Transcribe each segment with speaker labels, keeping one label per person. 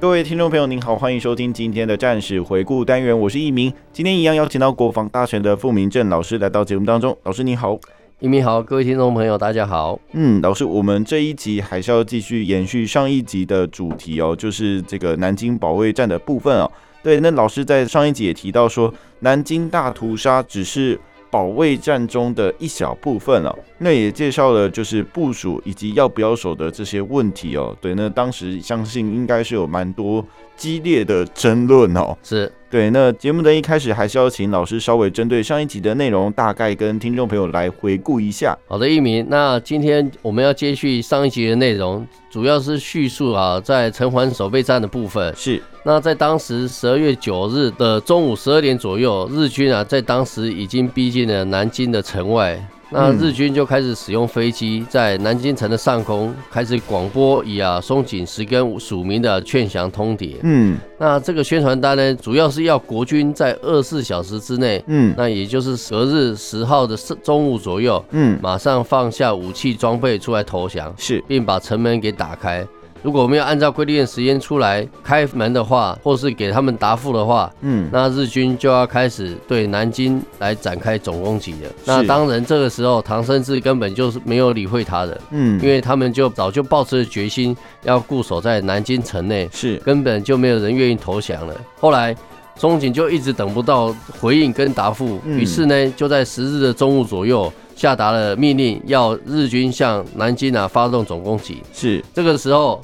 Speaker 1: 各位听众朋友，您好，欢迎收听今天的战史回顾单元，我是一鸣。今天一样邀请到国防大学的傅明正老师来到节目当中，老师你好。
Speaker 2: 一鸣好，各位听众朋友，大家好。
Speaker 1: 嗯，老师，我们这一集还是要继续延续上一集的主题哦，就是这个南京保卫战的部分哦。对，那老师在上一集也提到说，南京大屠杀只是保卫战中的一小部分哦。那也介绍了就是部署以及要不要守的这些问题哦。对，那当时相信应该是有蛮多激烈的争论哦。
Speaker 2: 是，
Speaker 1: 对，那节目的一开始还是要请老师稍微针对上一集的内容，大概跟听众朋友来回顾一下。
Speaker 2: 好的，一鸣。那今天我们要接续上一集的内容，主要是叙述啊，在城环守备战的部分。
Speaker 1: 是，
Speaker 2: 那在当时十二月九日的中午十二点左右，日军啊，在当时已经逼近了南京的城外。那
Speaker 1: 嗯
Speaker 2: 日军就开始使用飞机在南京城的上空开始广播以啊松井石跟署名的劝降通牒。
Speaker 1: 嗯
Speaker 2: 那这个宣传单呢，主要是要国军在二十四小时之内
Speaker 1: 嗯
Speaker 2: 那也就是隔日十号的中午左右，
Speaker 1: 嗯，
Speaker 2: 马上放下武器装备出来投降，
Speaker 1: 是，
Speaker 2: 并把城门给打开。如果没有按照规定的时间出来开门的话，或是给他们答复的话，
Speaker 1: 嗯
Speaker 2: 那日军就要开始对南京来展开总攻击了。那当然，这个时候唐生智根本就是没有理会他的，
Speaker 1: 嗯，
Speaker 2: 因为他们就早就抱持了决心要固守在南京城内，
Speaker 1: 是，
Speaker 2: 根本就没有人愿意投降了。后来松井就一直等不到回应跟答复，
Speaker 1: 嗯
Speaker 2: 于是呢，就在十日的中午左右下达了命令，要日军向南京啊发动总攻击。
Speaker 1: 是，
Speaker 2: 这个时候，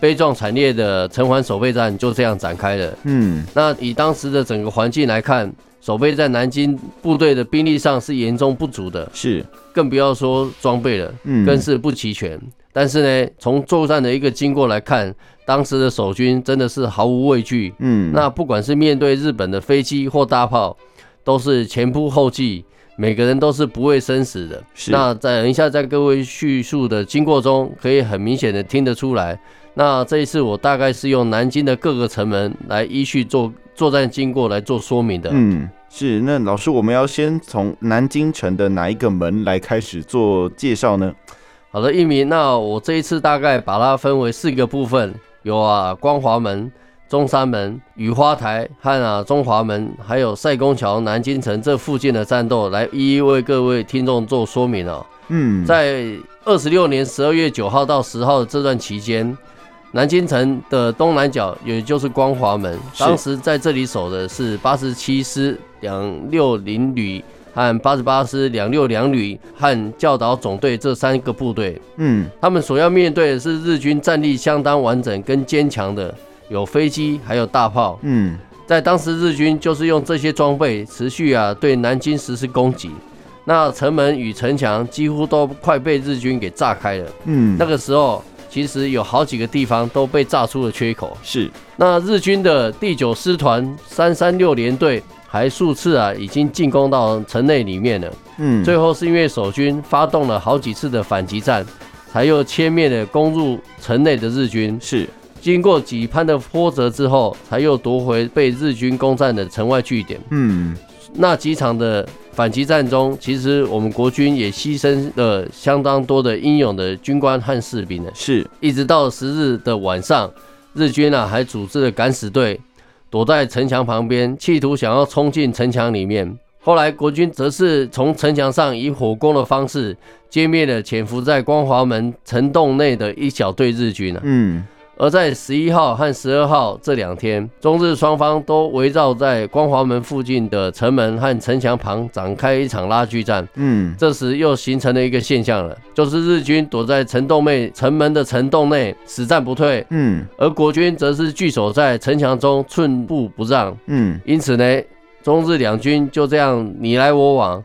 Speaker 2: 悲壮惨烈的城环守备战就这样展开了。
Speaker 1: 嗯
Speaker 2: 那以当时的整个环境来看，守备在南京部队的兵力上是严重不足的，
Speaker 1: 是，
Speaker 2: 更不要说装备了。
Speaker 1: 嗯，
Speaker 2: 更是不齐全。但是呢，从作战的一个经过来看，当时的守军真的是毫无畏惧。
Speaker 1: 嗯，
Speaker 2: 那不管是面对日本的飞机或大炮，都是前仆后继，每个人都是不畏生死的。
Speaker 1: 是
Speaker 2: 那等一下在各位叙述的经过中，可以很明显的听得出来。那这一次我大概是用南京的各个城门来依序做作战经过来做说明的。
Speaker 1: 嗯是，那老师，我们要先从南京城的哪一个门来开始做介绍呢？
Speaker 2: 好的，一鸣，那我这一次大概把它分为四个部分，有啊光华门、中山门、雨花台和啊中华门，还有塞公桥、南京城这附近的战斗，来一一为各位听众做说明哦。
Speaker 1: 嗯，
Speaker 2: 在二十六年十二月九号到十号的这段期间，南京城的东南角，也就是光华门，
Speaker 1: 是
Speaker 2: 当时在这里守的是八十七师两六零旅和八十八师两六两旅和教导总队这三个部队。
Speaker 1: 嗯
Speaker 2: 他们所要面对的是日军战力相当完整跟坚强的，有飞机还有大炮。
Speaker 1: 嗯
Speaker 2: 在当时，日军就是用这些装备持续啊对南京实施攻击。那城门与城墙几乎都快被日军给炸开了。
Speaker 1: 嗯，
Speaker 2: 那个时候，其实有好几个地方都被炸出了缺口。
Speaker 1: 是，
Speaker 2: 那日军的第九师团三三六联队还数次啊已经进攻到城内里面了。
Speaker 1: 嗯，
Speaker 2: 最后是因为守军发动了好几次的反击战，才又歼灭了攻入城内的日军。
Speaker 1: 是，
Speaker 2: 经过几番的波折之后，才又夺回被日军攻占的城外据点。
Speaker 1: 嗯
Speaker 2: 那几场的反击战中，其实我们国军也牺牲了相当多的英勇的军官和士兵呢。
Speaker 1: 是，
Speaker 2: 一直到十日的晚上，日军啊还组织了敢死队，躲在城墙旁边，企图想要冲进城墙里面。后来国军则是从城墙上以火攻的方式歼灭了潜伏在光华门城洞内的一小队日军啊。
Speaker 1: 嗯
Speaker 2: 而在十一号和十二号这两天，中日双方都围绕在光华门附近的城门和城墙旁展开一场拉锯战。
Speaker 1: 嗯
Speaker 2: 这时又形成了一个现象了，就是日军躲在城洞内城门的城洞内死战不退，
Speaker 1: 嗯
Speaker 2: 而国军则是据守在城墙中寸步不让。
Speaker 1: 嗯
Speaker 2: 因此呢，中日两军就这样你来我往，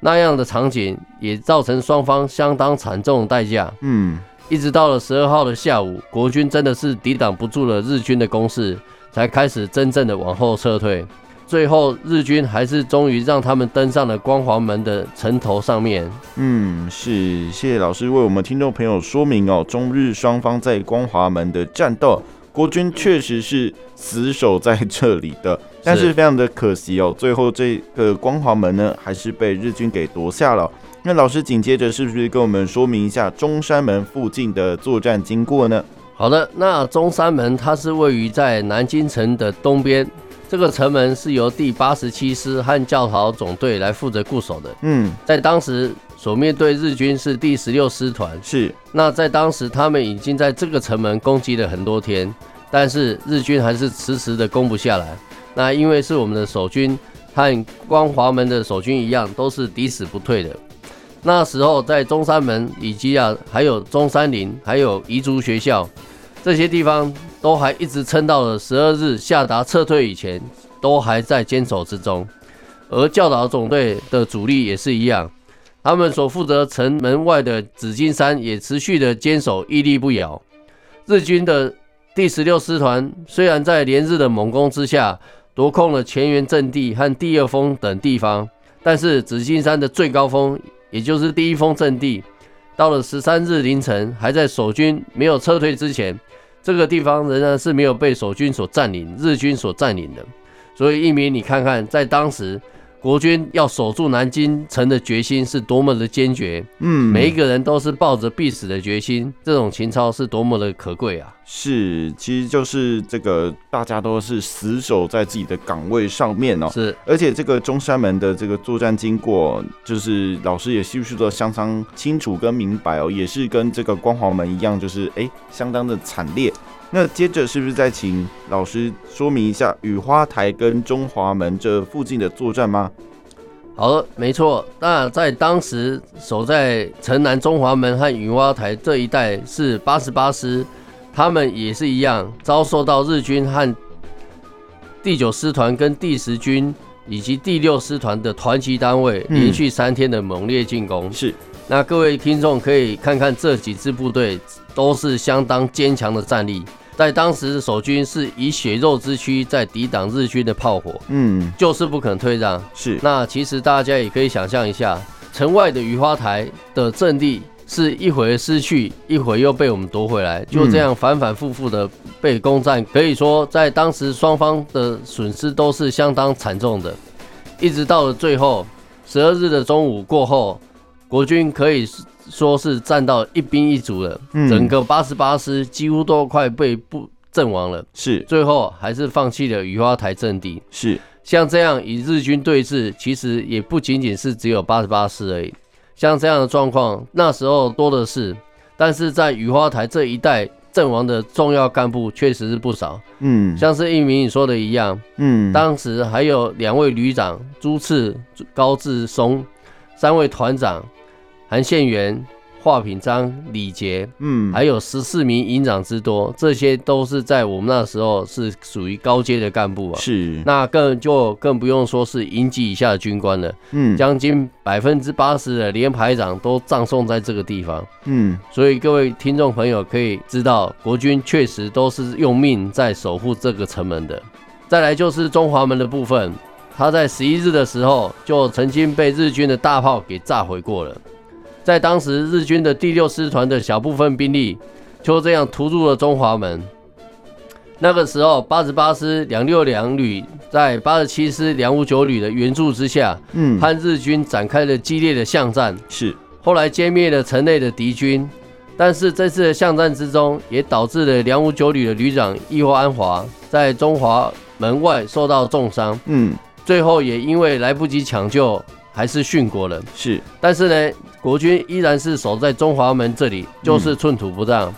Speaker 2: 那样的场景也造成双方相当惨重的代价。
Speaker 1: 嗯，
Speaker 2: 一直到了十二号的下午，国军真的是抵挡不住了日军的攻势，才开始真正的往后撤退。最后，日军还是终于让他们登上了光华门的城头上面。
Speaker 1: 嗯，是，谢谢老师为我们听众朋友说明哦，中日双方在光华门的战斗，国军确实是死守在这里的，但是非常的可惜哦，最后这个光华门呢，还是被日军给夺下了。那老师紧接着是不是跟我们说明一下中山门附近的作战经过呢？
Speaker 2: 好的，那中山门它是位于在南京城的东边，这个城门是由第八十七师和教导总队来负责固守的。
Speaker 1: 嗯，
Speaker 2: 在当时所面对日军是第十六师团，
Speaker 1: 是，
Speaker 2: 那在当时他们已经在这个城门攻击了很多天，但是日军还是迟迟的攻不下来。那因为是我们的守军和光华门的守军一样，都是抵死不退的。那时候在中山门以及啊，还有中山陵，还有彝族学校这些地方，都还一直撑到了十二日下达撤退以前，都还在坚守之中。而教导总队的主力也是一样，他们所负责城门外的紫金山也持续的坚守，屹立不摇。日军的第十六师团虽然在连日的猛攻之下夺控了前原阵地和第二峰等地方，但是紫金山的最高峰，也就是第一峰阵地，到了十三日凌晨，还在守军没有撤退之前，这个地方仍然是没有被守军所占领，日军所占领的。所以，一鸣，你看看，在当时国军要守住南京城的决心是多么的坚决，
Speaker 1: 嗯，
Speaker 2: 每一个人都是抱着必死的决心，这种情操是多么的可贵啊！
Speaker 1: 是，其实就是这个大家都是死守在自己的岗位上面哦。
Speaker 2: 是
Speaker 1: 而且这个中山门的这个作战经过，就是老师也叙述的相当清楚跟明白哦，也是跟这个光华门一样，就是哎、相当的惨烈。那接着是不是再请老师说明一下雨花台跟中华门这附近的作战吗？
Speaker 2: 好了，没错。那在当时守在城南中华门和雨花台这一带是八十八师，他们也是一样遭受到日军和第九师团跟第十军以及第六师团的团级单位
Speaker 1: 嗯
Speaker 2: 连续三天的猛烈进攻。
Speaker 1: 是，
Speaker 2: 那各位听众可以看看这几支部队都是相当坚强的战力，在当时守军是以血肉之躯在抵挡日军的炮火，
Speaker 1: 嗯，
Speaker 2: 就是不肯退让。
Speaker 1: 是，
Speaker 2: 那其实大家也可以想象一下，城外的雨花台的阵地是一会儿失去，一会儿又被我们夺回来，就这样反反复复的被攻占。可以说，在当时双方的损失都是相当惨重的。一直到了最后，十二日的中午过后，国军可以说是战到一兵一卒了，
Speaker 1: 嗯
Speaker 2: 整个八十八师几乎都快被不阵亡了。
Speaker 1: 是，
Speaker 2: 最后还是放弃了雨花台阵地。
Speaker 1: 是，
Speaker 2: 像这样与日军对峙，其实也不仅仅是只有八十八师而已。像这样的状况，那时候多的是，但是在雨花台这一带阵亡的重要干部确实是不少。
Speaker 1: 嗯，
Speaker 2: 像是一鸣你说的一样，
Speaker 1: 嗯，
Speaker 2: 当时还有两位旅长朱次、高志松，三位团长韩宪元、华品章、李杰，
Speaker 1: 嗯，
Speaker 2: 还有十四名营长之多，这些都是在我们那时候是属于高阶的干部啊。
Speaker 1: 是，
Speaker 2: 那更就更不用说是营级以下的军官了，
Speaker 1: 嗯，
Speaker 2: 将近百分之八十的连排长都葬送在这个地方。
Speaker 1: 嗯，
Speaker 2: 所以各位听众朋友可以知道，国军确实都是用命在守护这个城门的。再来就是中华门的部分，它在十一日的时候就曾经被日军的大炮给炸毁过了。在当时，日军的第六师团的小部分兵力就这样突入了中华门。那个时候，八十八师两六两旅在八十七师两五九旅的援助之下，
Speaker 1: 嗯，
Speaker 2: 和日军展开了激烈的巷战。
Speaker 1: 是，
Speaker 2: 后来歼灭了城内的敌军，但是这次的巷战之中，也导致了两五九旅的旅长易获安华在中华门外受到重伤，
Speaker 1: 嗯，
Speaker 2: 最后也因为来不及抢救，还是殉国了。
Speaker 1: 是，
Speaker 2: 但是呢，国军依然是守在中华门这里，就是寸土不让。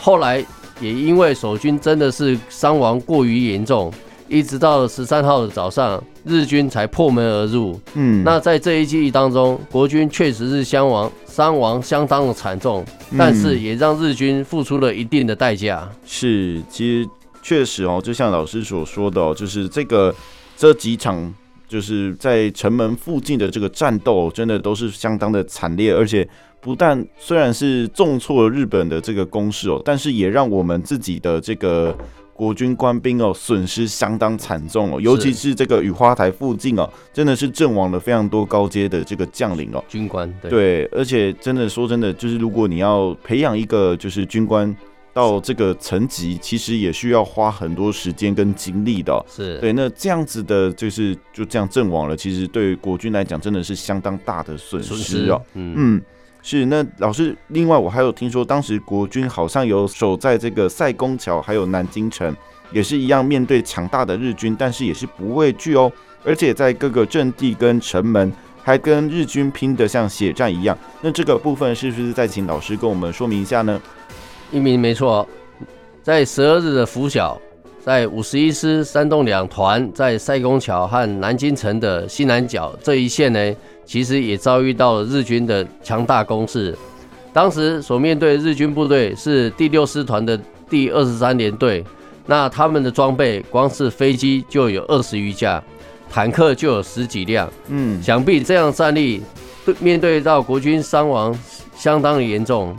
Speaker 2: 后来也因为守军真的是伤亡过于严重，一直到了十三号的早上，日军才破门而入。
Speaker 1: 嗯，
Speaker 2: 那在这一记忆当中，国军确实是伤亡伤亡相当的惨重，
Speaker 1: 嗯
Speaker 2: 但是也让日军付出了一定的代价。
Speaker 1: 是，其实确实哦，就像老师所说的哦，就是这个这几场就是在城门附近的这个战斗，真的都是相当的惨烈，而且不但虽然是重挫了日本的这个攻势哦，但是也让我们自己的这个国军官兵哦损失相当惨重哦，尤其是这个雨花台附近哦，真的是阵亡了非常多高阶的这个将领哦。
Speaker 2: 军官对
Speaker 1: 对，而且真的说真的，就是如果你要培养一个就是军官到这个层级，其实也需要花很多时间跟精力的哦、
Speaker 2: 是
Speaker 1: 对，那这样子的，就是就这样阵亡了，其实对于国军来讲，真的是相当大的损
Speaker 2: 损
Speaker 1: 失
Speaker 2: 失
Speaker 1: 哦。
Speaker 2: 嗯
Speaker 1: 嗯，是。那老师，另外我还有听说，当时国军好像有守在这个塞公桥，还有南京城，也是一样面对强大的日军，但是也是不畏惧哦，而且在各个阵地跟城门。还跟日军拼得像血战一样，那这个部分是不是再请老师跟我们说明一下呢？
Speaker 2: 一鸣没错，在十二日的拂晓，在五十一师山东两团在塞公桥和南京城的西南角这一线呢，其实也遭遇到了日军的强大攻势。当时所面对日军部队是第六师团的第二十三联队，那他们的装备光是飞机就有二十余架，坦克就有十几辆。
Speaker 1: 嗯，
Speaker 2: 想必这样战力对面对到国军伤亡相当的严重。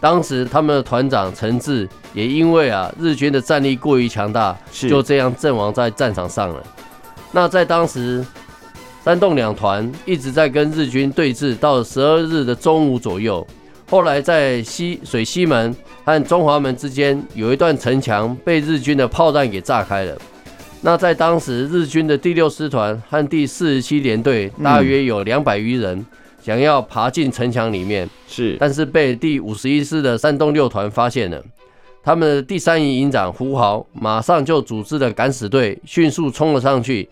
Speaker 2: 当时他们的团长陈志也因为啊日军的战力过于强大，
Speaker 1: 是
Speaker 2: 就这样阵亡在战场上了。那在当时，山洞两团一直在跟日军对峙，到十二日的中午左右。后来在西水西门和中华门之间有一段城墙被日军的炮弹给炸开了。那在当时，日军的第六师团和第四十七联队大约有两百余人，想要爬进城墙里面，
Speaker 1: 是
Speaker 2: 但是被第五十一师的山东六团发现了。他们的第三营营长胡豪马上就组织了敢死队，迅速冲了上去，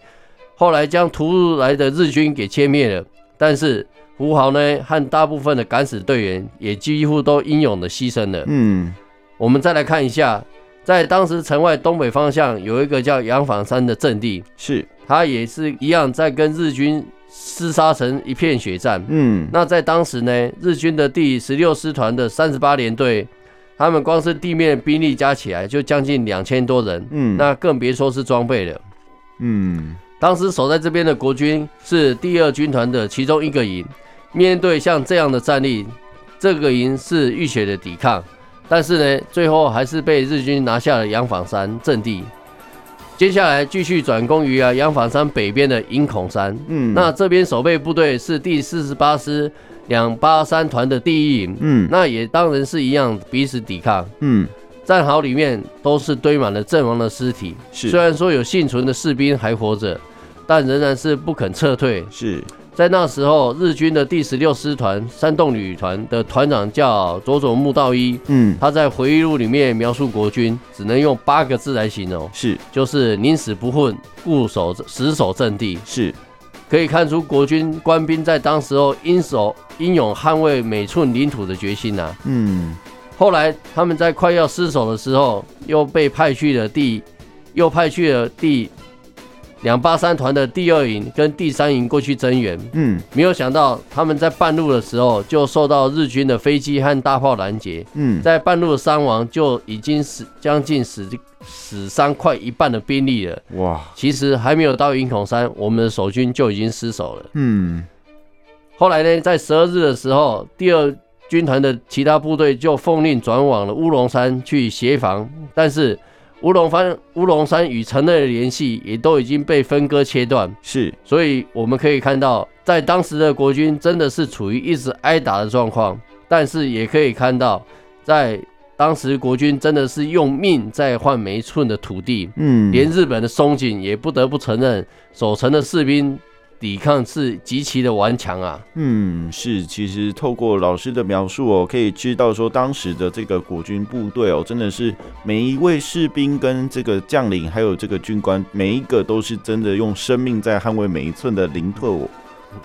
Speaker 2: 后来将突入来的日军给歼灭了。但是胡豪呢，和大部分的敢死队员也几乎都英勇的牺牲了。
Speaker 1: 嗯，
Speaker 2: 我们再来看一下，在当时城外东北方向有一个叫杨坊山的阵地，
Speaker 1: 是
Speaker 2: 它也是一样在跟日军厮杀成一片血战。
Speaker 1: 嗯，
Speaker 2: 那在当时呢，日军的第十六师团的三十八联队，他们光是地面兵力加起来就将近两千多人，
Speaker 1: 嗯
Speaker 2: 那更别说是装备了。
Speaker 1: 嗯
Speaker 2: 当时守在这边的国军是第二军团的其中一个营，面对像这样的战力，这个营是浴血的抵抗，但是呢，最后还是被日军拿下了杨坊山阵地。接下来继续转攻于啊杨坊山北边的营孔山，
Speaker 1: 嗯，
Speaker 2: 那这边守备部队是第四十八师两八三团的第一营，
Speaker 1: 嗯
Speaker 2: 那也当然是一样彼此抵抗。
Speaker 1: 嗯
Speaker 2: 战壕里面都是堆满了阵亡的尸体，
Speaker 1: 是
Speaker 2: 虽然说有幸存的士兵还活着，但仍然是不肯撤退。
Speaker 1: 是
Speaker 2: 在那时候，日军的第十六师团山洞旅团的团长叫佐佐木道一，
Speaker 1: 嗯
Speaker 2: 他在回忆录里面描述国军，只能用八个字来形容，
Speaker 1: 是
Speaker 2: 就是宁死不混，固守死守阵地。
Speaker 1: 是
Speaker 2: 可以看出国军官兵在当时候英守英勇捍卫每寸领土的决心呐、
Speaker 1: 嗯
Speaker 2: 后来他们在快要失守的时候，又被派去了第，又派去了第两八三团的第二营跟第三营过去增援。
Speaker 1: 嗯
Speaker 2: 没有想到他们在半路的时候就受到日军的飞机和大炮拦截，
Speaker 1: 嗯
Speaker 2: 在半路的伤亡就已经死将近死死伤快一半的兵力了。
Speaker 1: 哇
Speaker 2: 其实还没有到营孔山，我们的守军就已经失守了。
Speaker 1: 嗯
Speaker 2: 后来呢，在十二日的时候，第二军团的其他部队就奉令转往了乌龙山去协防，但是乌龙山乌龙山与城内的联系也都已经被分割切断，
Speaker 1: 是
Speaker 2: 所以我们可以看到，在当时的国军真的是处于一直挨打的状况，但是也可以看到，在当时国军真的是用命在换每一寸的土地，
Speaker 1: 嗯
Speaker 2: 连日本的松井也不得不承认，守城的士兵抵抗是极其的顽强啊。
Speaker 1: 嗯是，其实透过老师的描述哦，可以知道说当时的这个国军部队哦，真的是每一位士兵跟这个将领，还有这个军官，每一个都是真的用生命在捍卫每一寸的领土哦。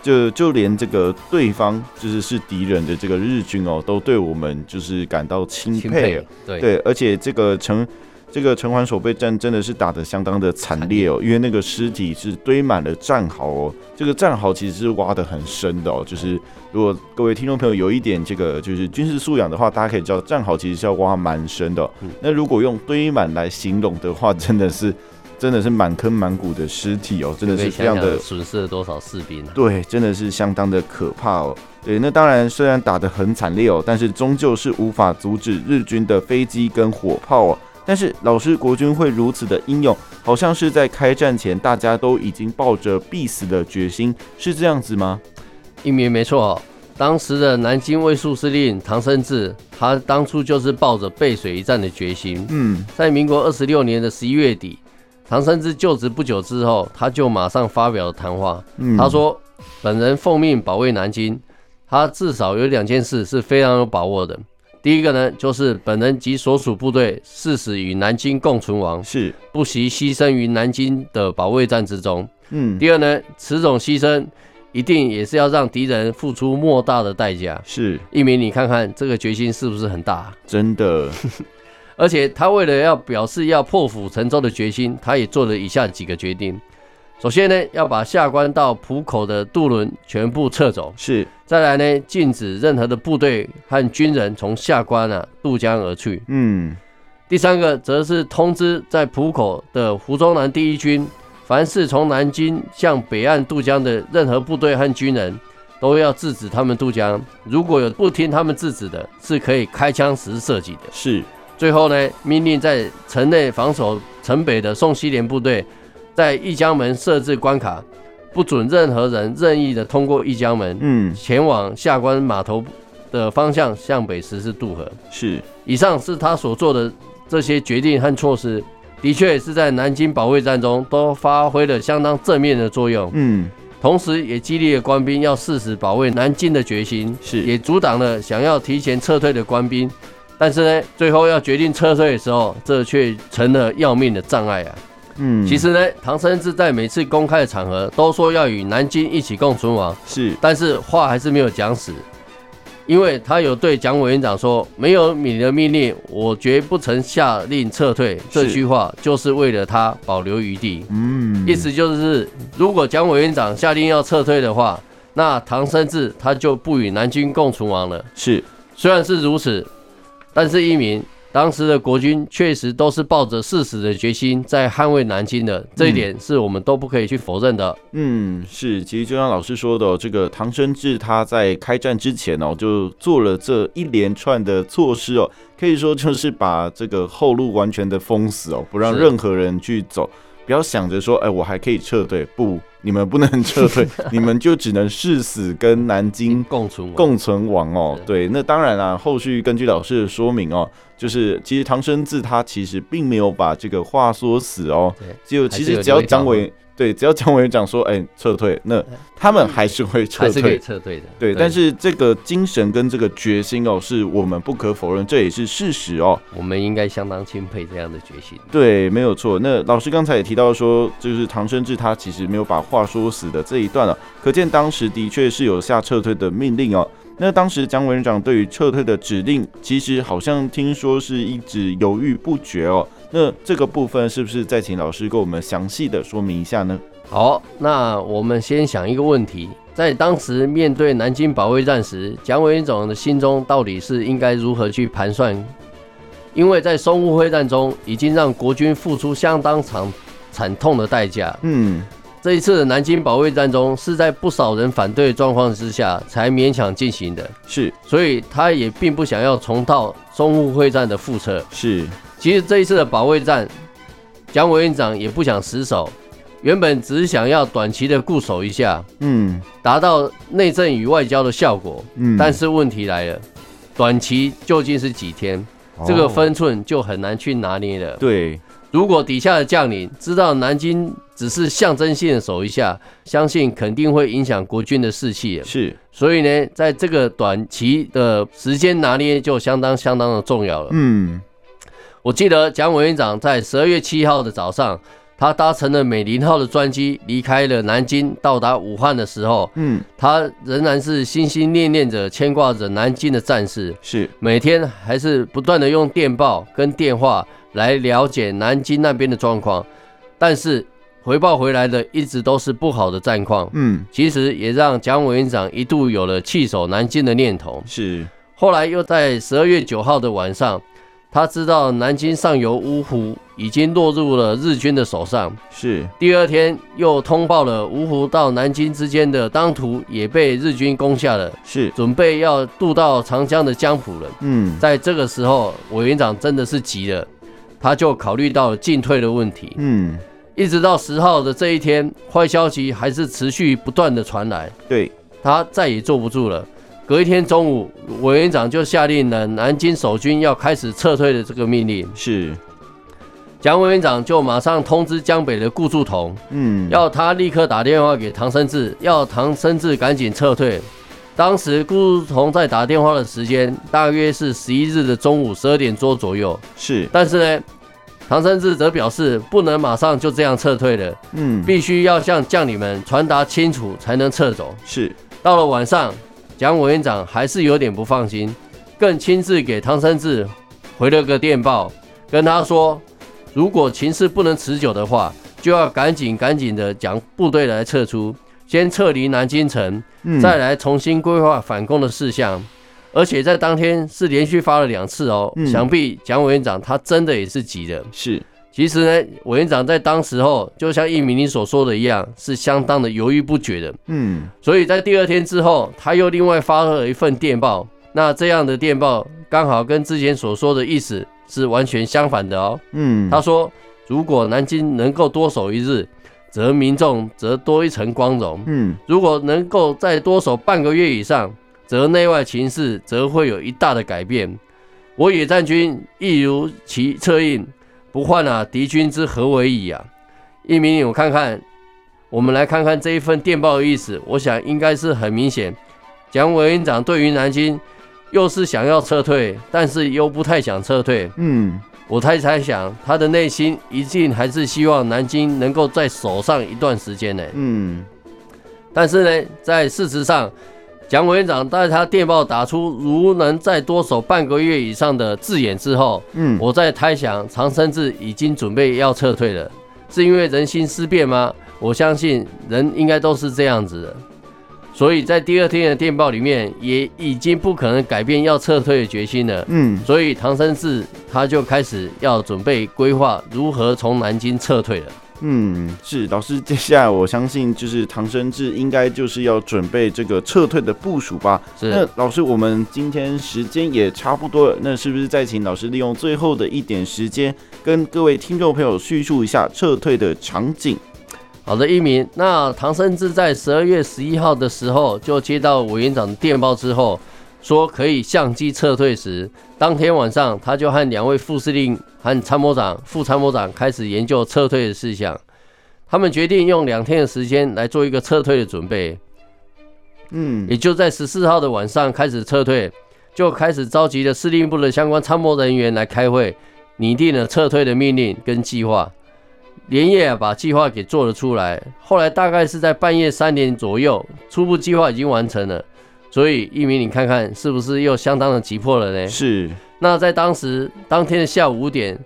Speaker 1: 就就连这个对方就是是敌人的这个日军哦，都对我们就是感到钦
Speaker 2: 钦
Speaker 1: 佩哦
Speaker 2: 佩，。啊对
Speaker 1: 对，而且这个城这个城环守备战真的是打得相当的惨烈哦，因为那个尸体是堆满了战壕哦，这个战壕其实是挖得很深的哦，就是如果各位听众朋友有一点这个就是军事素养的话，大家可以知
Speaker 2: 嗯
Speaker 1: 道战壕其实是要挖蛮深的哦、那如果用堆满来形容的话，真的是。真的是满坑满谷的尸体哦，真的
Speaker 2: 可
Speaker 1: 是
Speaker 2: 以
Speaker 1: 非
Speaker 2: 想
Speaker 1: 常的
Speaker 2: 想损失了多少士兵啊！
Speaker 1: 对，真的是相当的可怕哦。对，那当然，虽然打得很惨烈哦，但是终究是无法阻止日军的飞机跟火炮哦。但是老师，国军会如此的英勇，好像是在开战前大家都已经抱着必死的决心，是这样子吗？
Speaker 2: 一鸣没错哦，当时的南京卫戍司令唐生智，他当初就是抱着背水一战的决心。
Speaker 1: 嗯，
Speaker 2: 在民国二十六年的十一月底，唐生智就职不久之后，他就马上发表了谈话。
Speaker 1: 嗯
Speaker 2: 他说：“本人奉命保卫南京，他至少有两件事是非常有把握的。第一个呢，就是本人及所属部队誓死与南京共存亡，
Speaker 1: 是，
Speaker 2: 不惜牺牲于南京的保卫战之中。
Speaker 1: 嗯，
Speaker 2: 第二呢，此种牺牲一定也是要让敌人付出莫大的代价。
Speaker 1: 是
Speaker 2: 一鸣，你看看这个决心是不是很大啊、
Speaker 1: 真的，
Speaker 2: 而且他为了要表示要破釜沉舟的决心，他也做了以下几个决定。首先呢，要把下关到浦口的渡轮全部撤走；
Speaker 1: 是，
Speaker 2: 再来呢，禁止任何的部队和军人从下关啊渡江而去。
Speaker 1: 嗯，
Speaker 2: 第三个则是通知在浦口的胡宗南第一军，凡是从南京向北岸渡江的任何部队和军人，都要制止他们渡江。如果有不听他们制止的，是可以开枪时射击的。
Speaker 1: 是，
Speaker 2: 最后呢，命令在城内防守城北的宋希濂部队，在一江门设置关卡，不准任何人任意的通过一江门，
Speaker 1: 嗯，
Speaker 2: 前往下关码头的方向向北实施渡河。
Speaker 1: 是，
Speaker 2: 以上是他所做的这些决定和措施，的确是在南京保卫战中都发挥了相当正面的作用，
Speaker 1: 嗯，
Speaker 2: 同时也激励了官兵要誓死保卫南京的决心。
Speaker 1: 是，
Speaker 2: 也阻挡了想要提前撤退的官兵。但是呢，最后要决定撤退的时候，这却成了要命的障碍啊！
Speaker 1: 嗯，
Speaker 2: 其实呢，唐生智在每次公开的场合都说要与南京一起共存亡，
Speaker 1: 是，
Speaker 2: 但是话还是没有讲死，因为他有对蒋委员长说：“没有你的命令，我绝不曾下令撤退。”这
Speaker 1: 是
Speaker 2: 句话就是为了他保留余地。
Speaker 1: 嗯，
Speaker 2: 意思就是，如果蒋委员长下令要撤退的话，那唐生智他就不与南京共存亡了。
Speaker 1: 是，
Speaker 2: 虽然是如此，但是一鸣当时的国军确实都是抱着誓死的决心在捍卫南京的，这一点是我们都不可以去否认的。
Speaker 1: 嗯，是，其实就像老师说的、哦，这个唐生智他在开战之前哦，就做了这一连串的措施哦，可以说就是把这个后路完全的封死哦，不让
Speaker 2: 是
Speaker 1: 任何人去走，不要想着说，哎，我还可以撤退，不，你们不能撤退，你们就只能誓死跟南京
Speaker 2: 共存亡，
Speaker 1: 共存亡哦
Speaker 2: 是。
Speaker 1: 对，那当然啦、后续根据老师的说明哦，就是其实唐生智他其实并没有把这个话说死哦
Speaker 2: 对，
Speaker 1: 就
Speaker 2: 还
Speaker 1: 其
Speaker 2: 是
Speaker 1: 实
Speaker 2: 有
Speaker 1: 只要
Speaker 2: 留一条
Speaker 1: 蒋委对，只要蒋委员长说哎、撤退，那他们还是会撤
Speaker 2: 嗯还是可以
Speaker 1: 退。
Speaker 2: 撤退的。
Speaker 1: 对，但是这个精神跟这个决心哦，是我们不可否认，这也是事实哦。
Speaker 2: 我们应该相当钦佩这样的决心。
Speaker 1: 对，没有错。那老师刚才也提到说，就是唐生智他其实没有把话说死的这一段啊，可见当时的确是有下撤退的命令哦。那当时蒋委员长对于撤退的指令，其实好像听说是一直犹豫不决哦。那这个部分是不是再请老师给我们详细的说明一下呢？
Speaker 2: 好，那我们先想一个问题，在当时面对南京保卫战时，蒋委员长的心中到底是应该如何去盘算？因为在淞沪会战中，已经让国军付出相当惨惨痛的代价。
Speaker 1: 嗯，
Speaker 2: 这一次的南京保卫战中，是在不少人反对的状况之下才勉强进行的，
Speaker 1: 是
Speaker 2: 所以他也并不想要重蹈淞沪会战的覆辙。
Speaker 1: 是，
Speaker 2: 其实这一次的保卫战，蒋委员长也不想死守，原本只是想要短期的固守一下，
Speaker 1: 嗯
Speaker 2: 达到内政与外交的效果。
Speaker 1: 嗯，
Speaker 2: 但是问题来了，短期究竟是几天？这个
Speaker 1: 哦
Speaker 2: 分寸就很难去拿捏了。
Speaker 1: 对，
Speaker 2: 如果底下的将领知道南京只是象征性的守一下，相信肯定会影响国军的士气。
Speaker 1: 是，
Speaker 2: 所以呢，在这个短期的时间拿捏就相当相当的重要了。
Speaker 1: 嗯
Speaker 2: 我记得蒋委员长在十二月七号的早上，他搭乘了美林号的专机离开了南京，到达武汉的时候，
Speaker 1: 嗯
Speaker 2: 他仍然是心心念念着牵挂着南京的战事，
Speaker 1: 是，
Speaker 2: 每天还是不断的用电报跟电话来了解南京那边的状况，但是回报回来的一直都是不好的战况。
Speaker 1: 嗯
Speaker 2: 其实也让蒋委员长一度有了弃守南京的念头。
Speaker 1: 是，
Speaker 2: 后来又在十二月九号的晚上，他知道南京上游芜湖已经落入了日军的手上。
Speaker 1: 是
Speaker 2: 第二天又通报了芜湖到南京之间的当涂也被日军攻下了，
Speaker 1: 是，
Speaker 2: 准备要渡到长江的江浦了。
Speaker 1: 嗯
Speaker 2: 在这个时候，委员长真的是急了，他就考虑到了进退的问题。
Speaker 1: 嗯，
Speaker 2: 一直到十号的这一天，坏消息还是持续不断的传来，
Speaker 1: 对，
Speaker 2: 他再也坐不住了。隔一天中午，委员长就下令了南京守军要开始撤退的这个命令。
Speaker 1: 是，
Speaker 2: 蒋委员长就马上通知江北的顾祝同，
Speaker 1: 嗯，
Speaker 2: 要他立刻打电话给唐生智，要唐生智赶紧撤退。当时顾祝同在打电话的时间大约是十一日的中午十二点多左右，
Speaker 1: 是，
Speaker 2: 但是呢，唐生智则表示不能马上就这样撤退了，
Speaker 1: 嗯，
Speaker 2: 必须要向将领们传达清楚才能撤走。
Speaker 1: 是，
Speaker 2: 到了晚上，蒋委员长还是有点不放心，更亲自给汤生智回了个电报，跟他说，如果情势不能持久的话，就要赶紧赶紧的将部队来撤出，先撤离南京城，
Speaker 1: 嗯，
Speaker 2: 再来重新规划反攻的事项。而且在当天是连续发了两次哦，
Speaker 1: 嗯
Speaker 2: 想必蒋委员长他真的也是急的。
Speaker 1: 是，
Speaker 2: 其实呢，委员长在当时候就像一鸣你所说的一样，是相当的犹豫不决的。
Speaker 1: 嗯，
Speaker 2: 所以在第二天之后，他又另外发了一份电报。那这样的电报刚好跟之前所说的意思是完全相反的哦。
Speaker 1: 嗯，
Speaker 2: 他说，如果南京能够多守一日，则民众则多一层光荣；
Speaker 1: 嗯，
Speaker 2: 如果能够再多守半个月以上，则内外情势则会有一大的改变。我野战军亦如其策应，不患啊敌军之何为矣啊！一鸣，我看看，我们来看看这一份电报的意思。我想应该是很明显，蒋委员长对于南京又是想要撤退，但是又不太想撤退。
Speaker 1: 嗯，
Speaker 2: 我太猜想，他的内心一定还是希望南京能够在守上一段时间呢、
Speaker 1: 嗯，
Speaker 2: 但是呢，在事实上，蒋委员长在他电报打出“如能再多守半个月以上”的字眼之后，
Speaker 1: 嗯，
Speaker 2: 我在猜想长生智已经准备要撤退了，是因为人心思变吗？我相信人应该都是这样子的，所以在第二天的电报里面也已经不可能改变要撤退的决心了。
Speaker 1: 嗯，
Speaker 2: 所以唐生智他就开始要准备规划如何从南京撤退了。
Speaker 1: 嗯，是老师，接下来我相信就是唐生智应该就是要准备这个撤退的部署吧。那
Speaker 2: 是，
Speaker 1: 老师，我们今天时间也差不多了，那是不是再请老师利用最后的一点时间，跟各位听众朋友叙述一下撤退的场景？
Speaker 2: 好的，一鸣。那唐生智在十二月十一号的时候就接到委员长的电报之后，说可以相机撤退时，当天晚上他就和两位副司令和参谋长、副参谋长开始研究撤退的事项。他们决定用两天的时间来做一个撤退的准备。
Speaker 1: 嗯
Speaker 2: 也，就在十四号的晚上开始撤退，就开始召集了司令部的相关参谋人员来开会，拟定了撤退的命令跟计划。连夜啊把计划给做了出来，后来大概是在半夜三点左右，初步计划已经完成了。所以一鸣，你看看是不是又相当的急迫了呢？
Speaker 1: 是，
Speaker 2: 那在当时当天的下午五点，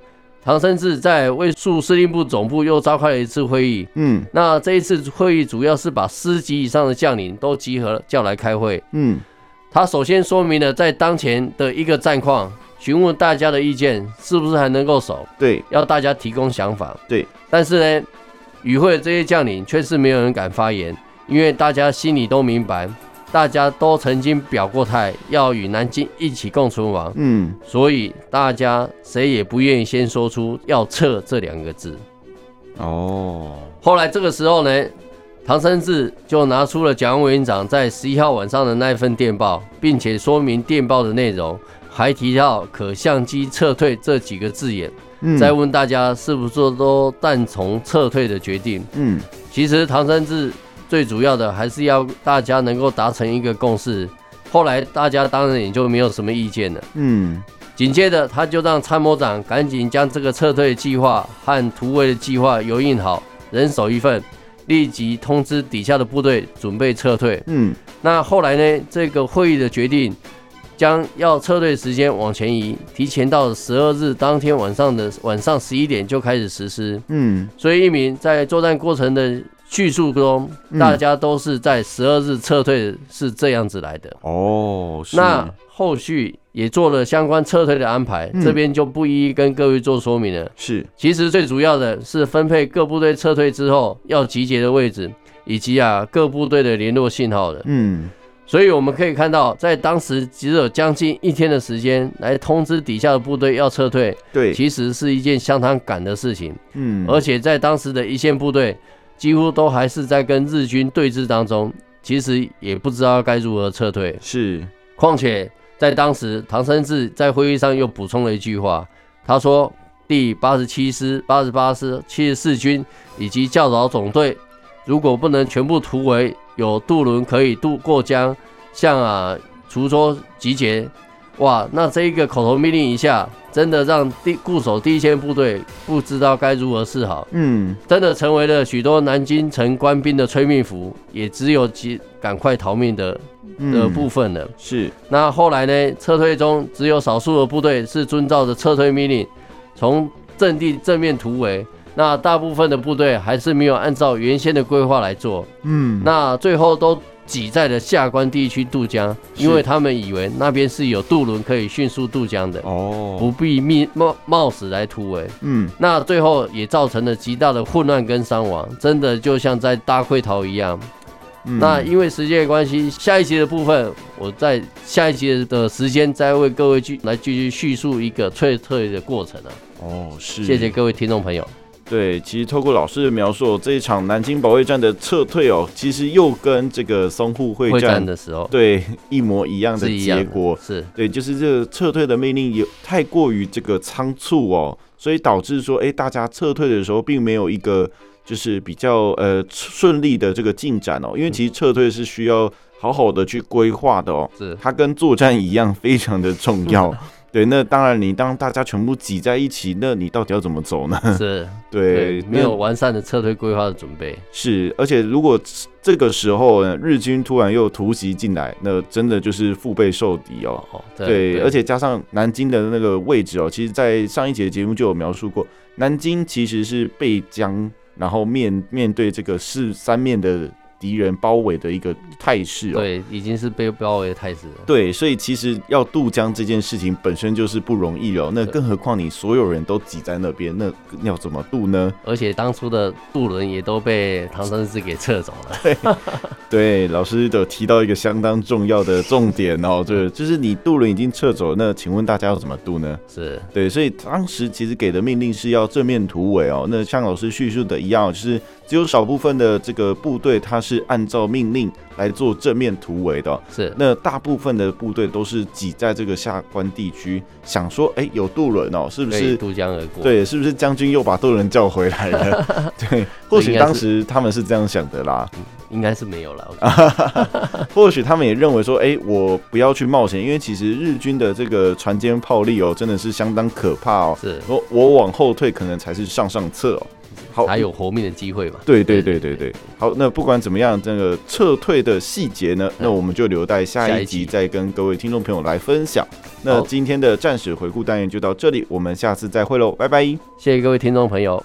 Speaker 2: 唐生智在卫戍司令部总部又召开了一次会议，
Speaker 1: 嗯
Speaker 2: 那这一次会议主要是把师级以上的将领都集合叫来开会。
Speaker 1: 嗯
Speaker 2: 他首先说明了在当前的一个战况，询问大家的意见是不是还能够守，
Speaker 1: 对，
Speaker 2: 要大家提供想法。
Speaker 1: 对，
Speaker 2: 但是呢，与会的这些将领却是没有人敢发言，因为大家心里都明白，大家都曾经表过态，要与南京一起共存亡，
Speaker 1: 嗯
Speaker 2: 所以大家谁也不愿意先说出要撤这两个字。
Speaker 1: 哦，
Speaker 2: 后来这个时候呢，唐生智就拿出了蒋委员长在十一号晚上的那份电报，并且说明电报的内容，还提到“可相机撤退”这几个字眼，
Speaker 1: 嗯，
Speaker 2: 再问大家是不是都赞同撤退的决定。
Speaker 1: 嗯
Speaker 2: 其实唐生智最主要的还是要大家能够达成一个共识。后来大家当然也就没有什么意见了。
Speaker 1: 嗯
Speaker 2: 紧接着，他就让参谋长赶紧将这个撤退计划和突围的计划油印好，人手一份，立即通知底下的部队准备撤退。
Speaker 1: 嗯
Speaker 2: 那后来呢？这个会议的决定将要撤退时间往前移，提前到十二日当天晚上的晚上十一点就开始实施。
Speaker 1: 嗯
Speaker 2: 所以，一名在作战过程的叙述中，
Speaker 1: 嗯
Speaker 2: 大家都是在十二日撤退是这样子来的。
Speaker 1: 哦，是
Speaker 2: 那后续也做了相关撤退的安排，
Speaker 1: 嗯
Speaker 2: 这边就不一一跟各位做说明了。
Speaker 1: 是
Speaker 2: 其实最主要的是分配各部队撤退之后要集结的位置，以及啊各部队的联络信号的。
Speaker 1: 嗯
Speaker 2: 所以我们可以看到，在当时只有将近一天的时间来通知底下的部队要撤退，
Speaker 1: 对，
Speaker 2: 其实是一件相当赶的事情。
Speaker 1: 嗯
Speaker 2: 而且在当时的一线部队，几乎都还是在跟日军对峙当中，其实也不知道该如何撤退。
Speaker 1: 是
Speaker 2: 况且在当时，唐生智在会议上又补充了一句话，他说：“第八十七师、八十八师、七十四军以及教导总队，如果不能全部突围，有渡轮可以渡过江，向啊滁州集结。”哇，那这一个口头命令一下，真的让第固守第一线部队不知道该如何是好。
Speaker 1: 嗯
Speaker 2: 真的成为了许多南京城官兵的催命符，也只有急赶快逃命的的
Speaker 1: 嗯
Speaker 2: 部分了。
Speaker 1: 是
Speaker 2: 那后来呢？撤退中只有少数的部队是遵照着撤退命令，从阵地正面突围。那大部分的部队还是没有按照原先的规划来做，
Speaker 1: 嗯
Speaker 2: 那最后都挤在了下关地区渡江，
Speaker 1: 是
Speaker 2: 因为他们以为那边是有渡轮可以迅速渡江的，
Speaker 1: 哦
Speaker 2: 不必密冒冒死来突围。
Speaker 1: 嗯
Speaker 2: 那最后也造成了极大的混乱跟伤亡，真的就像在大溃逃一样。
Speaker 1: 嗯
Speaker 2: 那因为时间的关系，下一集的部分，我在下一集的时间再为各位去来继续叙述一个撤退的过程啊。
Speaker 1: 哦是
Speaker 2: 谢谢各位听众朋友。
Speaker 1: 对，其实透过老师的描述，这一场南京保卫战的撤退哦，其实又跟这个淞沪会
Speaker 2: 会
Speaker 1: 战
Speaker 2: 战的时候
Speaker 1: 对一模一样的
Speaker 2: 是一样
Speaker 1: 结
Speaker 2: 的
Speaker 1: 果。
Speaker 2: 是
Speaker 1: 对，就是这个撤退的命令有太过于这个仓促哦，所以导致说，哎，大家撤退的时候并没有一个就是比较呃顺利的这个进展哦，因为其实撤退是需要好好的去规划的哦，
Speaker 2: 是
Speaker 1: 它跟作战一样非常的重 要。对，那当然你当大家全部挤在一起，那你到底要怎么走 呢？
Speaker 2: 是，
Speaker 1: 嗯对，
Speaker 2: 没
Speaker 1: 那
Speaker 2: 有完善的撤退规划的准备，
Speaker 1: 是，而且如果这个时候呢日军突然又突袭进来，那真的就是腹背受敌哦。
Speaker 2: 哦，
Speaker 1: 对，而且加上南京的那个位置哦，其实，在上一节节目就有描述过，南京其实是被江，然后面面对这个四三面的敌人包围的一个态势哦。
Speaker 2: 对，已经是被包围的太子了，
Speaker 1: 对，所以其实要渡江这件事情本身就是不容易哦，那更何况你所有人都挤在那边，那要怎么渡呢？
Speaker 2: 而且当初的渡轮也都被唐生智给撤走了，
Speaker 1: 对，老师有提到一个相当重要的重点哦，对，就是你渡轮已经撤走，那请问大家要怎么渡呢？
Speaker 2: 是
Speaker 1: 对，所以当时其实给的命令是要正面突围哦。那像老师叙述的一样，就是只有少部分的这个部队，它是按照命令来做正面突围的哦、
Speaker 2: 是
Speaker 1: 那大部分的部队都是挤在这个下关地区，想说，哎，有渡轮哦，是不
Speaker 2: 可
Speaker 1: 是
Speaker 2: 以？渡江而过，
Speaker 1: 对，是不是将军又把渡轮叫回来了？对，或许当时他们是这样想的啦。
Speaker 2: 应该是没有了。我觉
Speaker 1: 啊
Speaker 2: 得
Speaker 1: 或许他们也认为说，哎、我不要去冒险，因为其实日军的这个船坚炮利哦，真的是相当可怕哦。
Speaker 2: 是
Speaker 1: 我我往后退可能才是上上策哦。好，
Speaker 2: 还有活命的机会嘛？
Speaker 1: 对对对对对，好，那不管怎么样，这个撤退的细节呢，那我们就留待下
Speaker 2: 嗯下
Speaker 1: 一
Speaker 2: 一集
Speaker 1: 集再跟各位听众朋友来分享。那
Speaker 2: 好
Speaker 1: 今天的战史回顾单元就到这里，我们下次再会喽，拜拜。
Speaker 2: 谢谢各位听众朋友。